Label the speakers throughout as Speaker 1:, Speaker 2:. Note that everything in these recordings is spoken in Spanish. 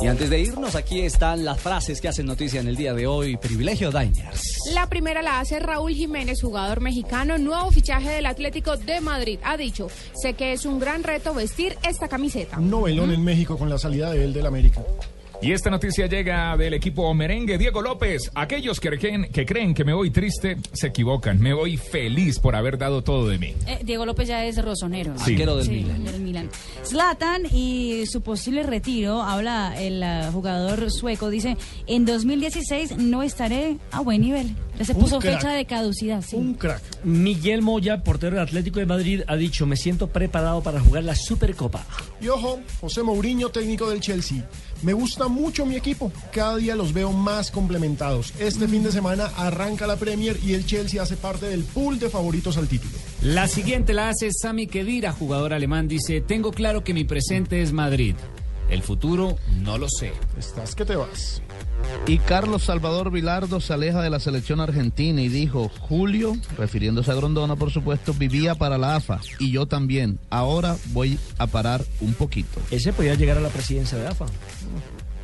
Speaker 1: Y antes de irnos, aquí están las frases que hacen noticia en el día de hoy. Privilegio Diners.
Speaker 2: La primera la hace Raúl Jiménez, jugador mexicano, nuevo fichaje del Atlético de Madrid. Ha dicho, sé que es un gran reto vestir esta camiseta.
Speaker 3: novelón en México con la salida de él del América.
Speaker 4: Y esta noticia llega del equipo merengue Diego López. Aquellos que creen, que creen que me voy triste se equivocan. Me voy feliz por haber dado todo de mí.
Speaker 5: Eh, Diego López ya es rosonero.
Speaker 4: Sí.
Speaker 1: Arquero del
Speaker 5: Sí,
Speaker 1: Milan.
Speaker 5: del Milan. Zlatan y su posible retiro, habla el ah, jugador sueco, dice, en 2016 no estaré a buen nivel. Ya se
Speaker 3: Un
Speaker 5: puso
Speaker 3: crack.
Speaker 5: fecha de caducidad, sí.
Speaker 3: Un crack.
Speaker 6: Miguel Moya, portero del Atlético de Madrid, ha dicho, me siento preparado para jugar la Supercopa.
Speaker 3: Y ojo, José Mourinho, técnico del Chelsea. Me gusta mucho mi equipo. Cada día los veo más complementados. Este fin de semana arranca la Premier y el Chelsea hace parte del pool de favoritos al título.
Speaker 7: La siguiente la hace Sami Kedira, jugador alemán. Dice, tengo claro que mi presente es Madrid. El futuro no lo sé.
Speaker 3: Estás que te vas.
Speaker 8: Y Carlos Salvador Vilardo se aleja de la selección argentina y dijo, Julio, refiriéndose a Grondona por supuesto, vivía para la AFA y yo también. Ahora voy a parar un poquito.
Speaker 6: Ese podía llegar a la presidencia de AFA.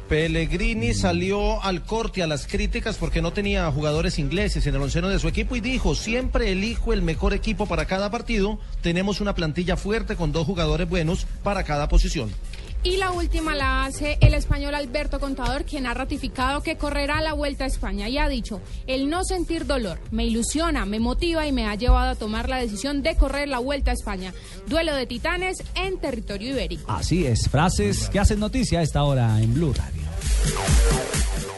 Speaker 8: Pellegrini salió al corte a las críticas porque no tenía jugadores ingleses en el onceno de su equipo y dijo, siempre elijo el mejor equipo para cada partido, tenemos una plantilla fuerte con dos jugadores buenos para cada posición.
Speaker 2: Y la última la hace el español Alberto Contador, quien ha ratificado que correrá la vuelta a España y ha dicho, el no sentir dolor me ilusiona, me motiva y me ha llevado a tomar la decisión de correr la vuelta a España. Duelo de titanes en territorio ibérico.
Speaker 1: Así es, frases que hacen noticia a esta hora en Blue Radio.